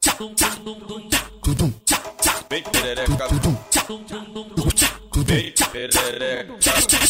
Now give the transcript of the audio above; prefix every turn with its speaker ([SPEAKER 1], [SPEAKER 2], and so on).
[SPEAKER 1] Tudum,
[SPEAKER 2] Vem perereca,
[SPEAKER 1] tudum, tudum, tudum.
[SPEAKER 2] vem perereca.